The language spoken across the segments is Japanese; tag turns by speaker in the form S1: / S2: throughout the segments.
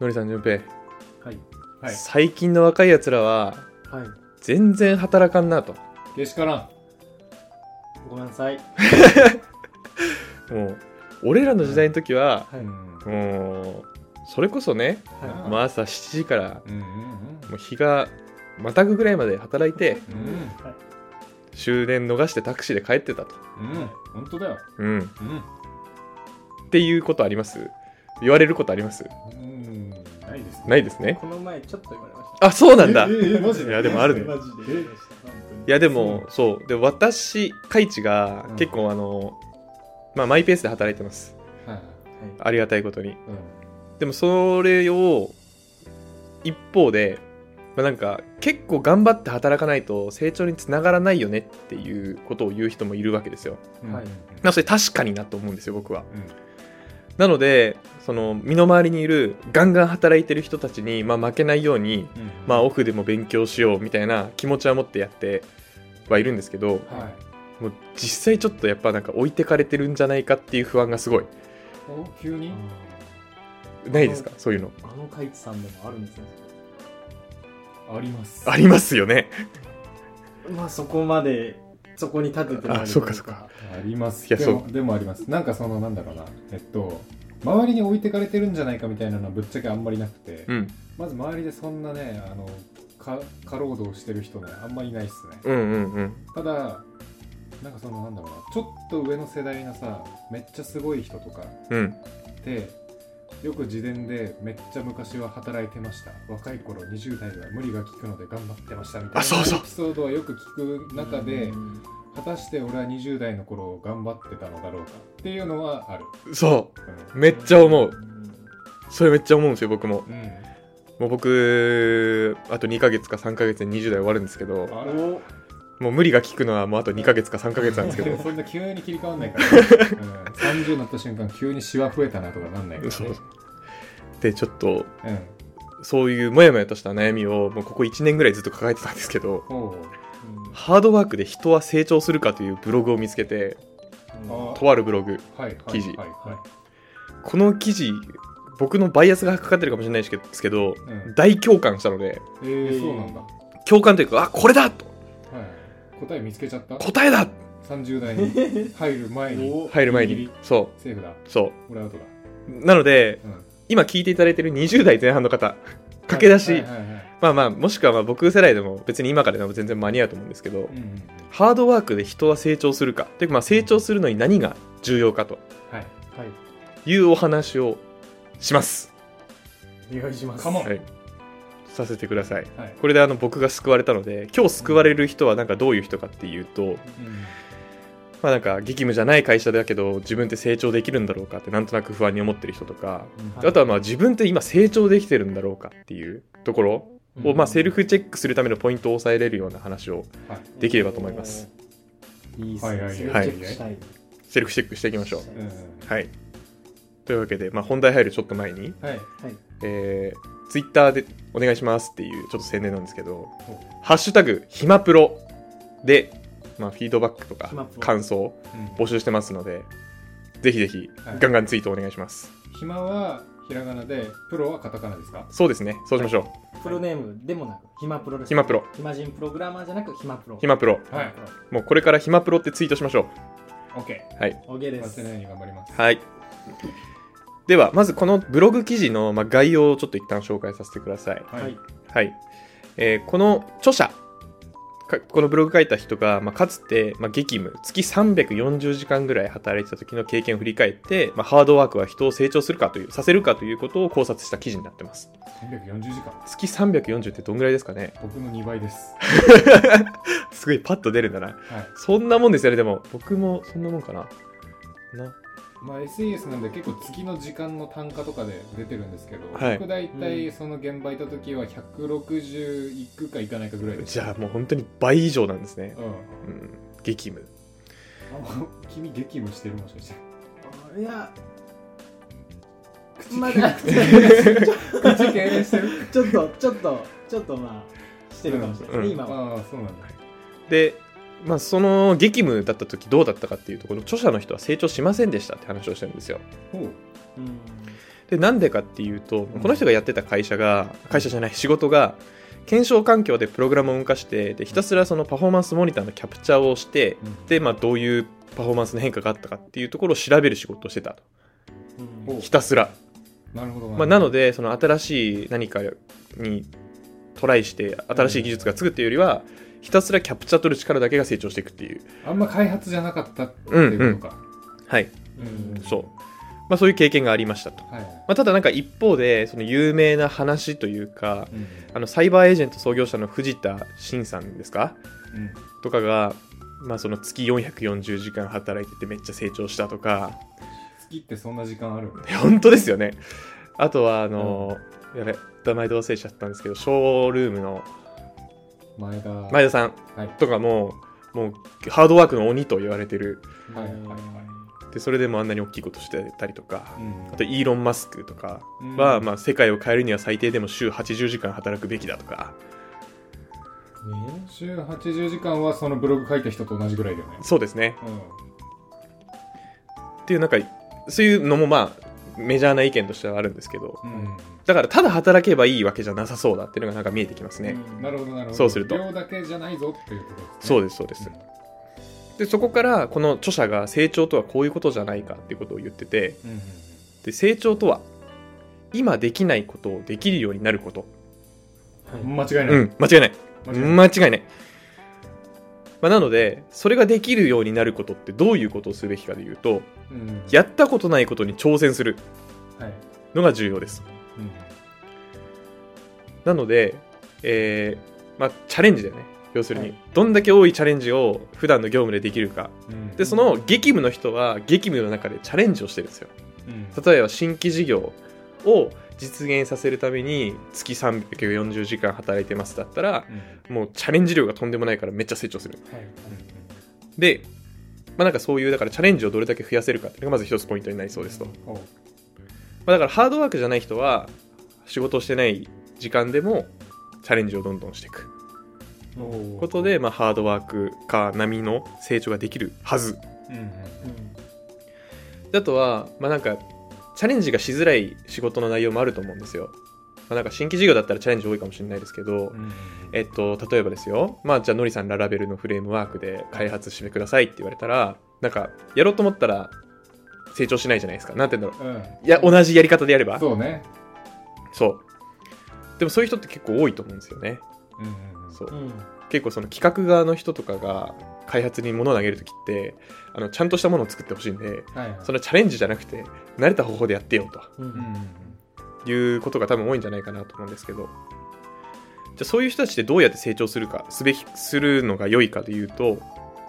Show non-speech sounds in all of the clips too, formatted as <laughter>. S1: のりさんじゅんぺ
S2: はい
S1: い
S2: はい
S1: 最近の若いやつらは
S2: はい
S1: 全然働かんなと
S2: けしからんごめんなさい
S1: もう俺らの時代の時は、
S2: はい
S3: うん
S1: もうそれこそね、
S2: は
S1: もう朝7時から
S3: うんうん
S1: もう日がまたぐぐらいまで働いて
S3: うんうん
S2: いはい
S1: 終電逃してタクシーで帰ってたと、
S3: うん本当だよ
S1: うん、っ
S3: うん
S1: ていうことあります言われることあります
S3: うんないですね
S1: ないですね
S2: この前ちょっと言われました
S1: あそうなんだ
S3: えええマジ
S1: いやでもあるね
S2: マジで言われました本当に
S1: いやでもそうで私カイチが
S3: うん
S1: 結構あの、まあマイペースで働いてます
S3: はいはい
S1: ありがたいことに
S3: うん
S1: でもそれを一方で、まあ、なんか結構頑張って働かないと成長につながらないよねっていうことを言う人もいるわけですよ。
S3: うん
S2: はい
S1: まあそれ確かになと思うんですよ僕は。
S3: うん
S1: なのでその身の回りにいるガンガン働いてる人たちに、まあ、負けないように、
S3: うん
S1: まあ、オフでも勉強しようみたいな気持ちは持ってやってはいるんですけど
S3: はい
S1: もう実際ちょっとやっぱなんか置いてかれてるんじゃないかっていう不安がすごい
S3: お急に
S1: ないですかそういうの
S2: あのカイツさんでもあるんですね
S3: あります
S1: ありますよね
S2: まあそこまでそこに立ててない
S1: あそっかそっか
S3: あります
S1: いや
S3: でも
S1: そ
S3: でもありますなんかそのなんだろうなえっと周りに置いてかれてるんじゃないかみたいなのはぶっちゃけあんまりなくて、
S1: うん
S3: まず周りでそんなねあのか過労働してる人ねあんまりいないっすね
S1: うんうんうん
S3: ただなんかそのなんだろうなちょっと上の世代のさめっちゃすごい人とか
S1: うん
S3: ってよく自伝でめっちゃ昔は働いてました若い頃20代は無理がきくので頑張ってましたみたいな
S1: あそうそう
S3: エピソードはよく聞く中で
S2: うん
S3: 果たして俺は20代の頃頑張ってたのだろうかっていうのはある、
S1: そう
S3: う
S1: めっちゃ思うそれめっちゃ思うんですよ僕も
S3: んうん、
S1: もう僕あと2ヶ月か3ヶ月で20代終わるんですけど
S3: あ
S2: お
S1: もう無理が利くのはもうあと2ヶ月か3ヶ月なんですけ
S3: でも <laughs>
S1: ど
S3: そんな急に切り替わん <laughs> ないから、うん、30になった瞬間急にシワ増えたなとかなんないから、ね、
S1: そうでちょっと
S3: うん
S1: そういうモヤモヤとした悩みをもうここ1年ぐらいずっと抱えてたんですけど
S3: おう
S1: ハードワークで人は成長するかというブログを見つけて
S3: あ
S1: とあるブログ
S3: はいはい
S1: 記事
S3: はいは
S1: この記事僕のバイアスがかかってるかもしれないですけど、
S3: うん
S1: 大共感したので
S3: い、えー、そうなんだ、は
S1: 共感というかあこれだと
S3: い、答え見つけちゃった
S1: 答えだ
S3: 30代 <laughs> に入る前に
S1: 入る前
S3: ギリ
S1: に
S3: ギリ
S1: そ
S3: セーフだ
S1: うそ
S3: 俺アウトだ、
S1: うなので
S3: うん、
S1: 今聞いていただいてる20代前半の方駆け出し、
S3: はいはいはいはい
S1: まあまあもしくはまあ僕世代でも別に今からでも全然間に合うと思うんですけど、
S3: うんうんうん
S1: ハードワークで人は成長するかというかまあ成長するのに何が重要かと
S3: はい
S2: はい
S1: いうお話をします、
S2: お願いします
S3: カモン
S1: はい、させてください
S3: はい
S1: これであの僕が救われたので今日救われる人はなんかどういう人かっていうと、
S3: うん
S1: まあ、なんか激務じゃない会社だけど自分って成長できるんだろうかってなんとなく不安に思ってる人とか
S2: はい
S1: あとはまあ自分って今成長できてるんだろうかっていうところ
S3: うん
S1: をまあセルフチェックするためのポイントを抑えれるような話を
S3: はい
S1: できればと思います
S2: いいっすね
S3: はいはい
S2: セルフ
S1: はい
S2: チェックしたい
S1: セルフチェックしていきましょう。
S3: うん
S1: はい、というわけで、まあ、本題入るちょっと前に、
S3: はい
S2: はい
S1: えー、Twitter でお願いしますっていうちょっと宣伝なんですけど
S3: お
S1: 「ハッシュタグひまプロ」で、まあ、フィードバックとか
S2: ひまプロ
S1: 感想募集してますのでぜひぜひ
S3: はい
S1: ガンガンツイートお願いします、
S3: 暇はひらがなでプロはカタカナですか
S1: そうですねそうしましょう、
S2: プロネームでもなくひまプロです
S1: ひまプロ
S2: ひま人プログラマーじゃなくひまプロ
S1: ひまプロ
S3: はい
S1: もうこれからひまプロってツイートしましょ
S3: OK
S1: うはい、
S2: OK で
S3: 忘
S2: す
S3: れないように頑張ります
S1: はい、ではまずこのブログ記事の、まあ、概要をちょっと一旦紹介させてください
S2: はい
S1: はいえーこの著者かこのブログ書いた人が、まあ、かつて、まあ、激務月340時間ぐらい働いてた時の経験を振り返って、まあ、ハードワークは人を成長するかというさせるかということを考察した記事になってます
S3: 340時間
S1: 月340ってどんぐらいですかね
S3: 僕の2倍です
S1: すごいパッと出るんだな
S3: はい
S1: そんなもんですよねでも僕もそんなもんかなな
S3: まあ SES なんで結構月の時間の単価とかで出てるんですけど、
S1: はい
S3: 僕大
S2: う
S3: 体その現場行った時は160いくかいかないかぐらいです
S1: じゃあもう本当に倍以上なんですね
S3: う、んあ
S1: うん、激務
S3: 君激務してるもしかして
S2: あいや
S3: 口
S2: ま
S3: ま
S2: だ
S3: だ
S2: 口
S3: 口
S2: 痙
S3: 痙攣して
S2: <laughs>
S3: る
S2: ちょっとちょっとちょっとまあしてるかもしれないですね
S1: うん
S2: 今は
S3: ああそうなんだ
S1: で、まあ、その激務だった時どうだったかっていうところ著者の人は成長しませんでしたって話をしてるんですよ
S3: ほう
S2: うん
S1: ででなんでかっていうとこの人がやってた会社が会社じゃない仕事が検証環境でプログラムを動かしてでひたすらそのパフォーマンスモニターのキャプチャーをして
S3: うん
S1: で、まあ、どういうパフォーマンスの変化があったかっていうところを調べる仕事をしてたと
S2: うん
S3: お
S1: ひたすら、
S3: なるほど
S1: まあ、なの
S3: で、
S1: でその新しい何かにトライして新しい技術がつくっていうよりはひたすらキャプチャー取る力だけが成長していくっていう
S3: あんま開発じゃなかったっていうことか。
S1: はい
S2: うん
S1: そう、まあ、そういう経験がありましたと、ま
S3: はい。
S1: あ、ただなんか一方でその有名な話というか
S3: うん
S1: あのサイバーエージェント創業者の藤田真さんですか
S3: うん
S1: とかが、まあ、その月440時間働いててめっちゃ成長したとか
S3: 好きってそんな時間ある
S1: いや本当ですよねあとはあの、やべ名前で忘れちゃったんですけどショールームの
S3: 前田。は
S1: 前
S3: い。
S1: 田さん
S3: はい。
S1: とかももうハードワークの鬼と言われてる
S3: はいはいは
S1: でそれでもあんなに大きいことしてたりとか
S3: うん
S1: あとイーロン・マスクとか
S3: うん
S1: は、まあ、世界を変えるには最低でも週80時間働くべきだとか
S2: ね
S3: 週80時間はそのブログ書いた人と同じぐらいだよね。
S1: そうですね
S3: うん。
S1: っていうなんかそういうのもまあメジャーな意見としてはあるんですけど
S3: うん
S1: だからただ働けばいいわけじゃなさそうだっていうのがなんか見えてきますね、
S3: なるほどなるほど。
S1: そうすると
S3: 量だけじゃないぞっていうことですね。
S1: そう
S3: で
S1: ですそうです、でそこからこの著者が成長とはこういうことじゃないかっていうことを言ってて
S3: うんうんうん
S1: で成長とは今できないことをできるようになること
S2: はい
S3: 間違いな
S1: う
S3: い。
S1: ん間違いない
S3: 間違いない。
S1: 間違いない、まあ、なのでそれができるようになることってどういうことをすべきかでいうと
S3: うん
S1: やったことないことに挑戦する
S3: はい。
S1: のが重要です
S3: うん
S1: なので、えーまあ、チャレンジだよね要するに、
S2: は
S1: どんだけ多いチャレンジを普段の業務でできるか
S3: うん
S1: でその激務の人は激務の中でチャレンジをしてるんですよ
S3: うん
S1: 例えば新規事業を実現させるために月340時間働いてますだったら
S3: うん
S1: もうチャレンジ量がとんでもないからめっちゃ成長する
S2: はい
S1: で、まあ、なんかそういうだからチャレンジをどれだけ増やせるかっていうのがまず一つポイントになりそうですと、ま
S3: ほう
S1: あ、だからハードワークじゃない人は仕事をしてない時間でもチャレンジをどんどんしていくことで、まあ、ハードワークか並みの成長ができるはず
S3: うんうん
S2: うん
S1: であとは、まあ、なんかチャレンジがしづらい仕事の内容もあると思うんですよ、まあ、なんか新規事業だったらチャレンジ多いかもしれないですけど、
S3: うんうん
S1: えっと、例えばですよ、まあ、じゃあ、のりさん、ララベルのフレームワークで開発してくださいって言われたら、なんか、やろうと思ったら、成長しないじゃないですか。なんて言うんだろ
S3: うん
S1: う。いや、同じやり方でやれば。そう。
S3: そうね。
S1: でも、そういう人って結構多いと思うんですよね。
S3: うんうんうん
S1: そうう。
S2: ん
S1: 結構、その企画側の人とかが、開発に物を投げるときって、あの、ちゃんとしたものを作ってほしいんで、
S3: はいはい。
S1: そのチャレンジじゃなくて、慣れた方法でやってよと。
S2: う
S3: うんうん
S2: ん
S1: いうことが多分多いんじゃないかなと思うんですけどじゃあそういう人たちでどうやって成長するかすべきするのが良いかというと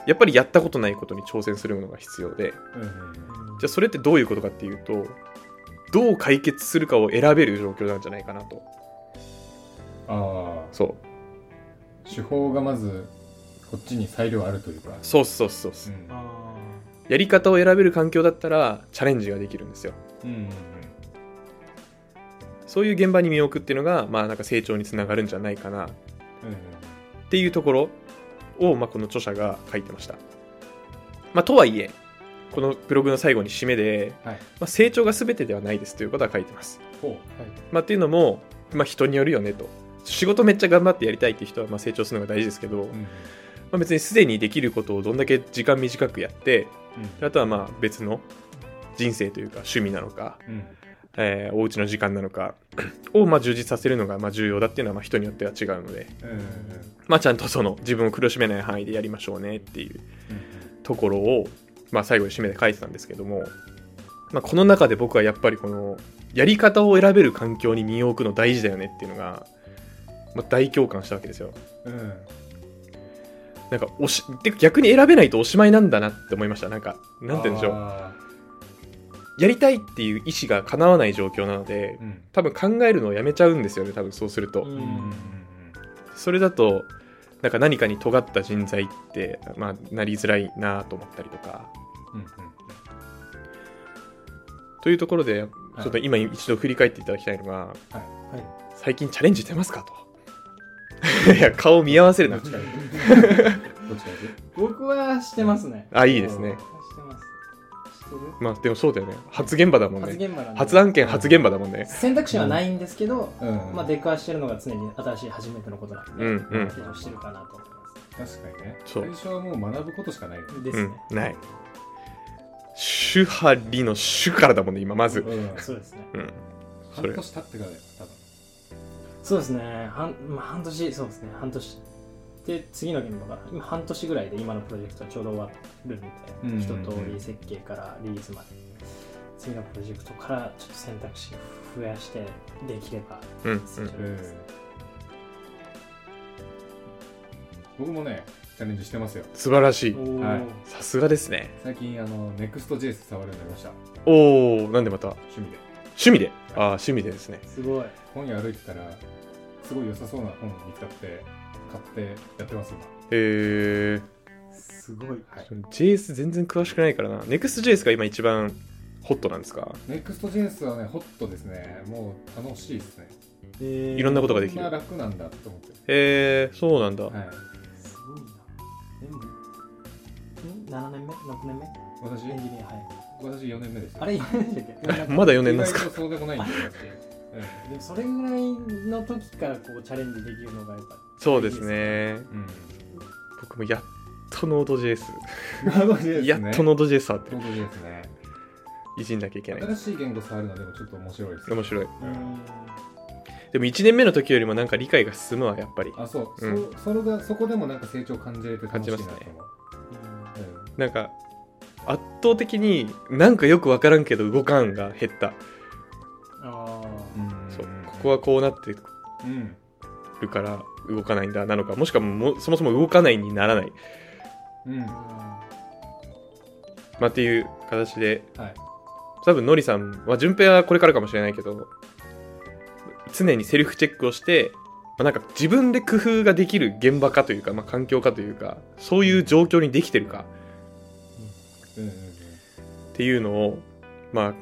S1: やっぱりやったことないことに挑戦するのが必要で
S3: うんうんうん
S1: じゃあそれってどういうことかっていうとどう解決するかを選べる状況なんじゃないかなと
S3: ああ、
S1: そう
S3: 手法がまずこっちに裁量あるというか。
S1: そうっすそうっすそうっす
S3: うん
S2: あ
S1: やり方を選べる環境だったらチャレンジができるんですよ
S3: うんうん
S1: そういう現場に身を置くっていうのがまあなんか成長につながるんじゃないかなっ
S3: うんうん
S1: ていうところを、まあ、この著者が書いてました。まあ、とはいえ、このブログの最後に締めで、
S3: はい。
S1: まあ、成長が全てではないですということは書いてます。
S3: ほ
S1: まあ、っていうのも、まあ、人によるよねと。仕事めっちゃ頑張ってやりたいっていう人はまあ成長するのが大事ですけど、
S3: う。
S1: ま
S3: ん
S1: あ、別にすでにできることをどんだけ時間短くやって、
S3: う
S1: あとはまあ別の人生というか趣味なのか、
S3: んうん
S1: えーお家の時間なのか <clears throat> をまあ充実させるのがまあ重要だっていうのはまあ人によっては違うので、
S3: うんうんうん
S1: まあ、ちゃんとその自分を苦しめない範囲でやりましょうねっていう
S3: うん
S1: ところを、まあ、最後に締めて書いてたんですけども、まあ、この中で僕はやっぱりこのやり方を選べる環境に身を置くの大事だよねっていうのが、まあ、大共感したわけですよ
S3: うんうん
S1: なんかおしで逆に選べないとおしまいなんだなって思いましたなんかなんて言うんでしょう
S3: あ
S1: やりたいっていう意思が叶わない状況なので
S3: ーうん
S1: 多分考えるのをやめちゃうんですよね多分そうすると、
S2: うん
S3: うんうん
S1: それだとなんか何かに尖った人材って、まあ、なりづらいなと思ったりとか
S3: うんうん
S1: というところで、
S3: い
S1: ちょっと今一度振り返っていただきたいのが、
S2: ーはい
S1: 最近チャレンジしてますかと。い <laughs> や、顔見合わせ
S3: う
S1: る
S3: んど
S1: な
S3: っ。ちから行くどっちから行く
S2: 僕はしてますね
S1: あ、いいですね。
S2: してますしそれ
S1: まあでもそうだよね初現場だもん
S2: 発
S1: ね
S2: 言場なんで
S1: 初案件初現場だもんね
S2: 選択肢はないんですけど、
S3: うん、
S2: まあ、出くわしてるのが常に新しい初めてのことなんで、
S1: うんうん
S2: 提唱してるかなと思いま
S3: 確かにね
S1: そう
S3: 最初はもう学ぶことしかないよね
S2: す。です
S1: う
S2: ね。
S1: んない主張りの主からだもんね今まず
S3: うん
S2: そうですね。
S1: うんそ
S3: 半
S1: れ
S3: 年経ってからだよ多分
S2: そうですね。半まあ、半年、そうですね。半年。で、次の現場が、今半年ぐらいで今のプロジェクトはちょうど終わるみたいな。
S3: うんうんうん
S2: 一通り設計からリリースまで。次のプロジェクトからちょっと選択肢を増やして、できれば。
S1: うんうん
S3: ええ僕もねチャレンジしてますよ
S1: 素晴らしい
S2: おー
S3: はい
S1: さすがですね
S3: 最近あの NEXTJS 触るようになりました
S1: おおなんでまた
S3: 趣味で
S1: 趣味でああ趣味でですね
S2: すごい。
S3: 本屋歩いてたらすごい良さそうな本見つかって買ってやってます
S1: へえ
S2: すごい。
S3: 今はい
S1: JS 全然詳しくないからな NEXTJS が今一番ホットなんですか
S3: NEXTJS はねホットですねもう楽しいですね
S2: えー
S1: いろんなことができ
S3: こん
S1: る
S3: な楽なんだと思って
S1: へえそうなんだ、
S3: はい
S2: すごいな。でも、ん7年目 ?6 年目
S3: 私
S2: エンジニア、はい。
S3: 私4年目ですよ
S2: あれ、4年目でしたっけ
S1: まだ4年なんですか
S3: 意外とそうでもないんだよ
S2: でもそれぐらいの時からこうチャレンジできるのがやっぱ
S1: そうですね
S3: うん
S1: 僕もやっと Node.js、
S3: NEXTJS ね
S1: やっと Node.js 触って
S3: NEXTJS ね
S1: いじんなきゃいけない
S3: 新しい言語触るのでもちょっと面白いですよ
S1: 面白い
S3: うん
S1: でも1年目の時よりもなんか理解が進むわやっぱり
S3: あそう、
S1: う
S3: そそれがそこでもなんか成長感じれて楽しいなと思
S1: 感じ
S2: うん
S3: う、
S1: なんか圧倒的になんかよく分からんけど動かんが減った
S2: あ
S3: うん
S1: そうここはこうなって
S3: うん
S1: るから動かないんだなのかもしくはもうそもそも動かないにならない、
S3: うんは
S2: あ
S1: まあ、っていう形で
S3: い
S1: 多分のりさんは順平はこれからかもしれないけど常にセルフチェックをして、まあ、なんか自分で工夫ができる現場かというか、まあ、環境かというかそういう状況にできてるか
S3: うんうん
S1: っていうのをまあ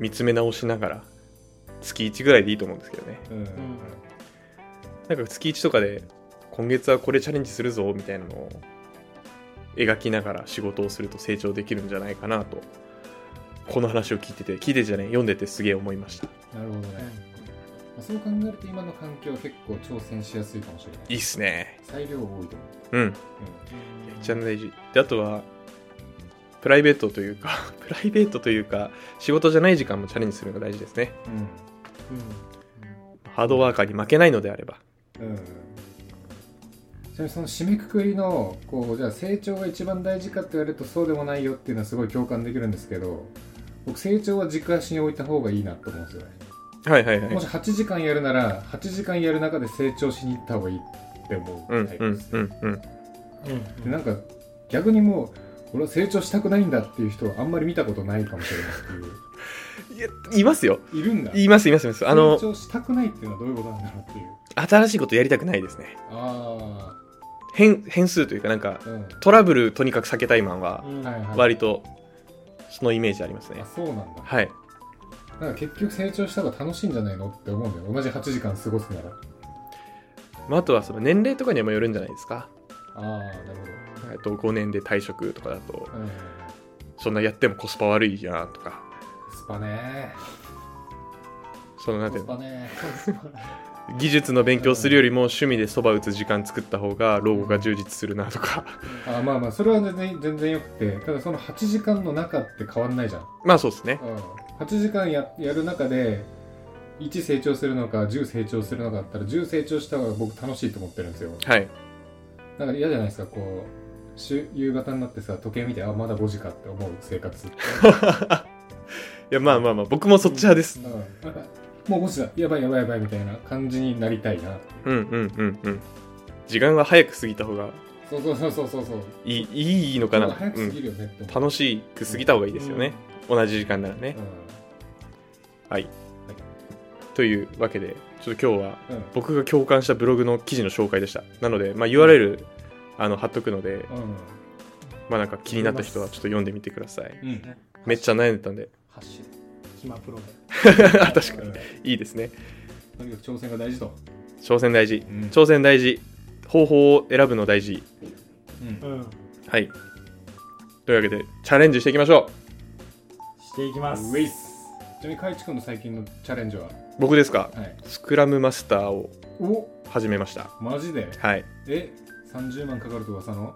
S1: 見つめ直しながら月1ぐらいでいいと思うんですけどね
S3: うんうん
S1: なんか月1とかで今月はこれチャレンジするぞみたいなのを描きながら仕事をすると成長できるんじゃないかなとこの話を聞いてて聞いてじゃね読んでてすげえ思いました
S3: なるほどね、
S2: ー
S3: まあそう考えると今の環境は結構挑戦しやすいかもしれない
S1: いいっすね
S3: 裁量多いと思う、
S1: うん
S2: うん
S1: めっちゃ大事であとはプライベートというか <laughs> プライベートというか仕事じゃない時間もチャレンジするのが大事ですね
S3: うん
S1: ハードワーカーに負けないのであれば
S3: うんちなみにその締めくくりのこうじゃあ成長が一番大事かって言われるとそうでもないよっていうのはすごい共感できるんですけど僕成長は軸足に置いた方がいいなと思うんですよね、
S1: はいはいはい
S3: もし8時間やるなら8時間やる中で成長しに行った方がいいって思
S1: う
S3: うんタイ
S1: う
S3: プで
S1: ん
S3: す、
S1: う
S3: ね
S1: んうん
S2: うん
S3: でなんか逆にもう俺は成長したくないんだっていう人はあんまり見たことないかもしれないって
S1: いやいますよ
S3: いういるんだ
S1: いますいますいますあ
S3: 成
S1: の
S3: 長したくないっていうのはどういうことなんだろうっていう
S1: 新しいことやりたくないですね
S3: あ
S1: 変変数というかなんか
S3: あうん
S1: トラブルとにかく避けたいマンは
S2: うん
S3: はいはい
S1: 割とそのイメージありますね
S3: あそうなんだ
S1: はい
S3: なんか結局成長した方が楽しいんじゃないのって思うんだよ同じ8時間過ごすなら
S1: まああとはその年齢とかにもよるんじゃないですか
S3: ああなるほ
S1: えっと5年で退職とかだと
S3: ど、うん、
S1: そんなやってもコスパ悪いなとか
S3: スパね
S1: そのなんて
S3: ー
S1: い
S3: ス
S1: うの
S3: パね
S1: 技術の勉強するよりも趣味でそば打つ時間作った方が老後が充実するなと
S3: <laughs>
S1: か
S3: ーあまあまあそれは全然全然よくてただその8時間の中って変わんないじゃん、
S1: まあそうですね
S3: うん、8時間ややる中で1成長するのか10成長するのかだったら10成長した方が僕楽しいと思ってるんですよ
S1: はい
S3: なんか嫌じゃないですかこうし夕方になってさ時計見てあまだ5時かって思う生活
S1: いやまあまあまあ僕もそっち派です
S3: うんなんか <laughs> もう5時だやばいやばいやばいみたいな感じになりたいな
S1: うんうんうんうん時間は早く過ぎた方が
S3: そうそうそうそうそうそう
S1: いいいいのかな、
S3: 早
S1: う
S3: くす
S1: ん、
S3: ぎるよねって思う、
S1: 楽しく過ぎた方がいいですよね、同じ時間ならね
S3: うん
S1: はい、というわけでちょっと今日は
S3: うん
S1: 僕が共感したブログの記事の紹介でしたなので、まあ、URL あの貼っとくので、まあ、なんか気になった人はちょっと読んでみてください
S3: うんうん
S1: めっちゃ悩んでたんで <laughs>
S2: ハッシュ暇プロで
S1: 確かにいいですね
S3: とにかく挑戦が大事と、
S1: 挑戦大事
S3: うん
S1: 挑戦大事方法を選ぶの大事
S3: うん
S2: うん
S1: はいというわけでチャレンジしていきましょう
S2: していきます
S3: ウェイスちなみにかいちくんの最近のチャレンジは
S1: 僕ですか
S3: はい
S1: スクラムマスターを
S3: お
S1: 始めました
S3: マジで
S1: はい
S3: え30万かかると噂の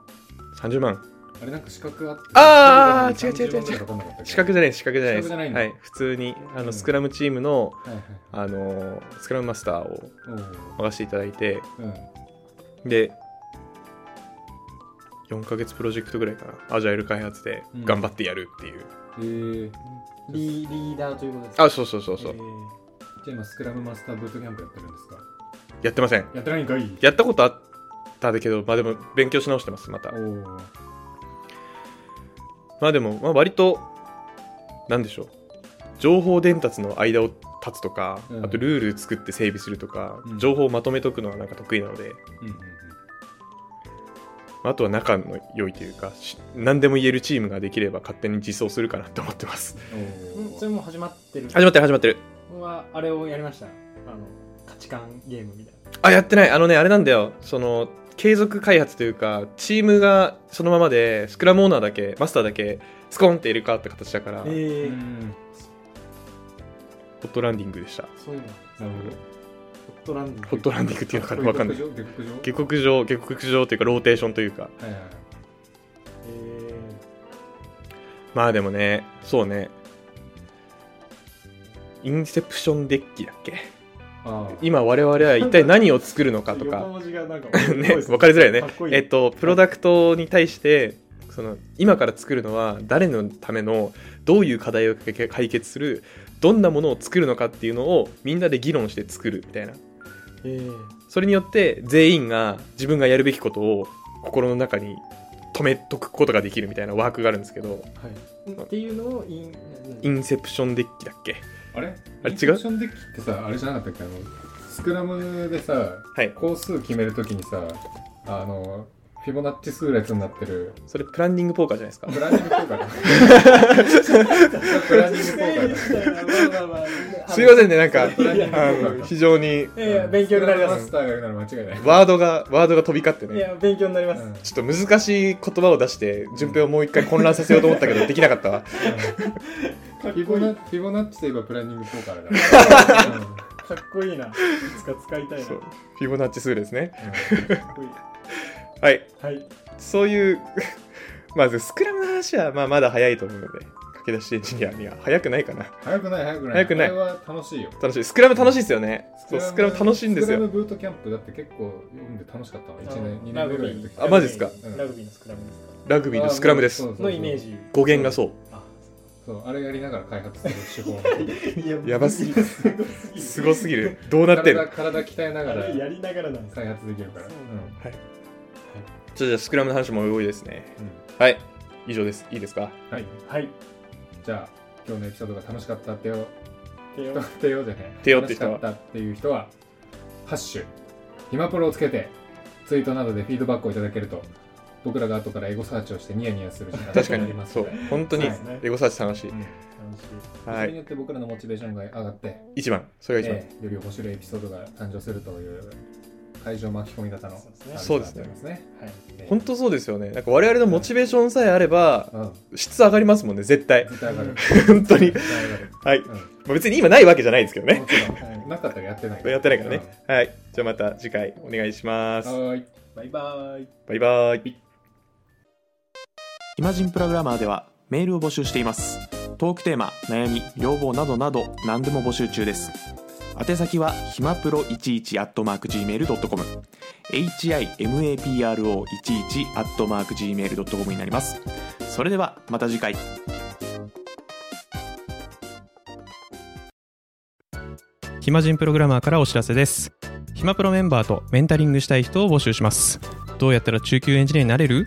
S1: 30万
S3: あれなんか資格あって
S1: あー
S3: 一人で
S1: 違う違う違う違う
S3: 30万ぐらいかかんなかったっけ
S1: 資格じゃない資格じゃないです
S3: 資格じゃないんだ
S1: はい、普通にあ
S3: う
S1: の
S3: ん
S1: スクラムチームの、
S3: はいはい
S1: あのースクラムマスターを
S3: おー
S1: 任せていただいて
S3: うん
S1: で4ヶ月プロジェクトぐらいかなアジャイル開発で頑張ってやるっていう、
S3: えー、
S2: リリーダーということです
S1: あそうそうそうそう、
S2: えー
S3: じゃあ今スクラムマスターブートキャンプやってるんですか
S1: やってません
S3: やってないんかい
S1: やったことあったんだけどまあでも勉強し直してますまた
S3: おお
S1: まあでも、まあ、割となんでしょう情報伝達の間を立つとか、
S3: うん
S1: あとルール作って整備するとか、
S3: うん
S1: 情報をまとめとくのはなんか得意なので、
S3: うんうんうん
S1: まあ、あとは仲の良いというかし何でも言えるチームができれば勝手に実装するかなと思ってます
S3: お
S2: うん
S3: ー
S2: それもう始まってる
S1: 始まってる始まってる
S2: 僕はあれをやりましたあの価値観ゲームみたいな
S1: あやってないあのねあれなんだよその継続開発というかチームがそのままでスクラムオーナーだけマスターだけスコーンって入れ替わった形だから、ホ
S2: え
S3: うん
S1: ットランディングでした
S2: そういうのホ
S3: なるほど
S2: ットランディング
S1: ホットランディングっていうのかなわかんない
S3: 下克
S1: 下
S3: 上下克
S1: 克上下克上というかローテーションというか
S3: 上はいはいはい
S2: え
S1: まあでもね、そうね。インセプションデッキだっけ
S3: あー
S1: 今我々は一体何を作るの
S2: ー
S1: かと
S2: 横
S1: か、
S2: 文字がなんかかっこい
S1: <laughs>
S2: い
S1: ね、
S2: です
S1: 分かりづらいよね
S2: かっこいい
S1: えっと、プロダクトに対して、その、今から作るのは誰のための、どういう課題を解解決する、どんなものを作るのかっていうのをみんなで議論して作るみたいな。
S2: えー
S1: それによって全員が自分がやるべきことを心の中に止めとくことができるみたいなワークがあるんですけど、
S2: はい、っていうのをイン
S1: インセプションデッキだっけ
S3: あれ
S1: あれ違う
S3: インセプションデッキってさあれじゃなかったっけあのスクラムでさ
S1: はい。
S3: 工数決めるときにさあのフィボナッチ数列になってる
S1: それプランニングポーカーじゃないですか
S3: プランニング効果
S1: <laughs>
S3: だプランニング効果だ
S2: まあまあまあ
S1: すいませんねなんか
S2: いやいや
S1: あの非常に
S2: いやいや勉強になりま
S3: マ
S2: す
S3: スターがいるなら間違いない
S1: ワードがワードが飛び交って
S2: い
S1: ね
S2: や勉強になります、
S3: うん
S1: ちょっと難しい言葉を出して順平をもう一回混乱させようと思ったけどできなかったわ
S2: かっ
S3: フィ
S2: こ
S3: ボ
S2: い
S3: ナ
S2: い
S3: フィボナッチといえばプランニング効果だから、うんうん
S2: かっこいいないつか使いたいな
S1: そうフィボナッチ数ですね
S2: かっこいい
S1: はい
S2: はい
S1: そういう <laughs> まずスクラムの話はまあまだ早いと思うので駆け出しエンジニアには早くないかな
S3: 早くない早くない
S1: 早くない
S3: これは楽しいよ
S1: 楽しいスクラム楽しいですよねそうスクラム楽しいんです
S3: スクラ
S1: よ
S3: ムブートキャンプだって結構読んで楽しかったわ1年2
S2: ラ
S3: 年
S2: グ
S3: ぐ
S2: ビ
S3: らいの時
S2: ー
S1: あマジですか
S3: うん
S2: ラグビーのスクラムですか
S1: ラグビーのスクラムで
S3: あ
S1: す
S3: そうそうそう
S2: のイメージ
S1: 語源がそ
S2: あ
S3: そうあれやりながら開発す
S1: <laughs>
S3: る手法
S1: うやばすぎる
S2: すごすぎ
S1: う
S2: る
S1: すごすぎるどうなって
S3: <laughs> 体
S1: る
S3: 体鍛えな
S2: あ
S3: がら
S2: れやりながらなんです
S3: 開発できるから、う
S2: そ
S3: ん
S2: う
S1: ちょっとじゃあスクラムの話も多いですね
S3: う
S1: はい以上ですいいですか
S3: んはい
S2: はい
S3: じゃあ今日のエピソードが楽しかったってよ
S1: <laughs>
S2: 手を
S3: ってよじゃね
S1: てよって人は
S3: 楽しかったっていう人は「ハッシュ暇プロ」をつけてツイートなどでフィードバックをいただけると僕らが後からエゴサーチをしてニヤニヤする時間
S1: 確か
S3: になり
S1: に
S3: ます
S1: そ
S3: の
S1: う
S3: で
S1: 本当に
S2: そうですね
S1: エゴサーチ楽しい
S3: うん
S2: 楽しい
S1: は
S3: それに
S1: い
S3: よって僕らのモチベーションが上がって、
S1: 一番それが一番、
S3: ええより面白いエピソードが誕生するという会場巻き込み型の
S2: そうですね
S1: そうですね
S3: サービスになって
S2: はい
S3: おりますね
S1: 本当そうですよねなんか我々のモチベーションさえあれば
S3: うん
S1: 質上がりますもんね絶対 <laughs>
S3: 絶対上がる
S1: 本当に
S3: 絶対上がる
S1: はい、ま
S3: うん
S1: あ別に今ないわけじゃないですけどね
S3: もちろんはいなかったらやってない
S1: やってないからね、はいじゃあまた次回お願いします
S3: うんはーい
S2: バイバーイ
S1: バイバイ。イマジンプログラマーではメールを募集しています。トークテーマ、悩み、要望などなど何でも募集中です。宛先はひまプロ11 gmail.com、himapro11 gmail.com になります。それではまた次回。ひまじんプログラマーからお知らせです。ひまプロメンバーとメンタリングしたい人を募集します。どうやったら中級エンジニアになれる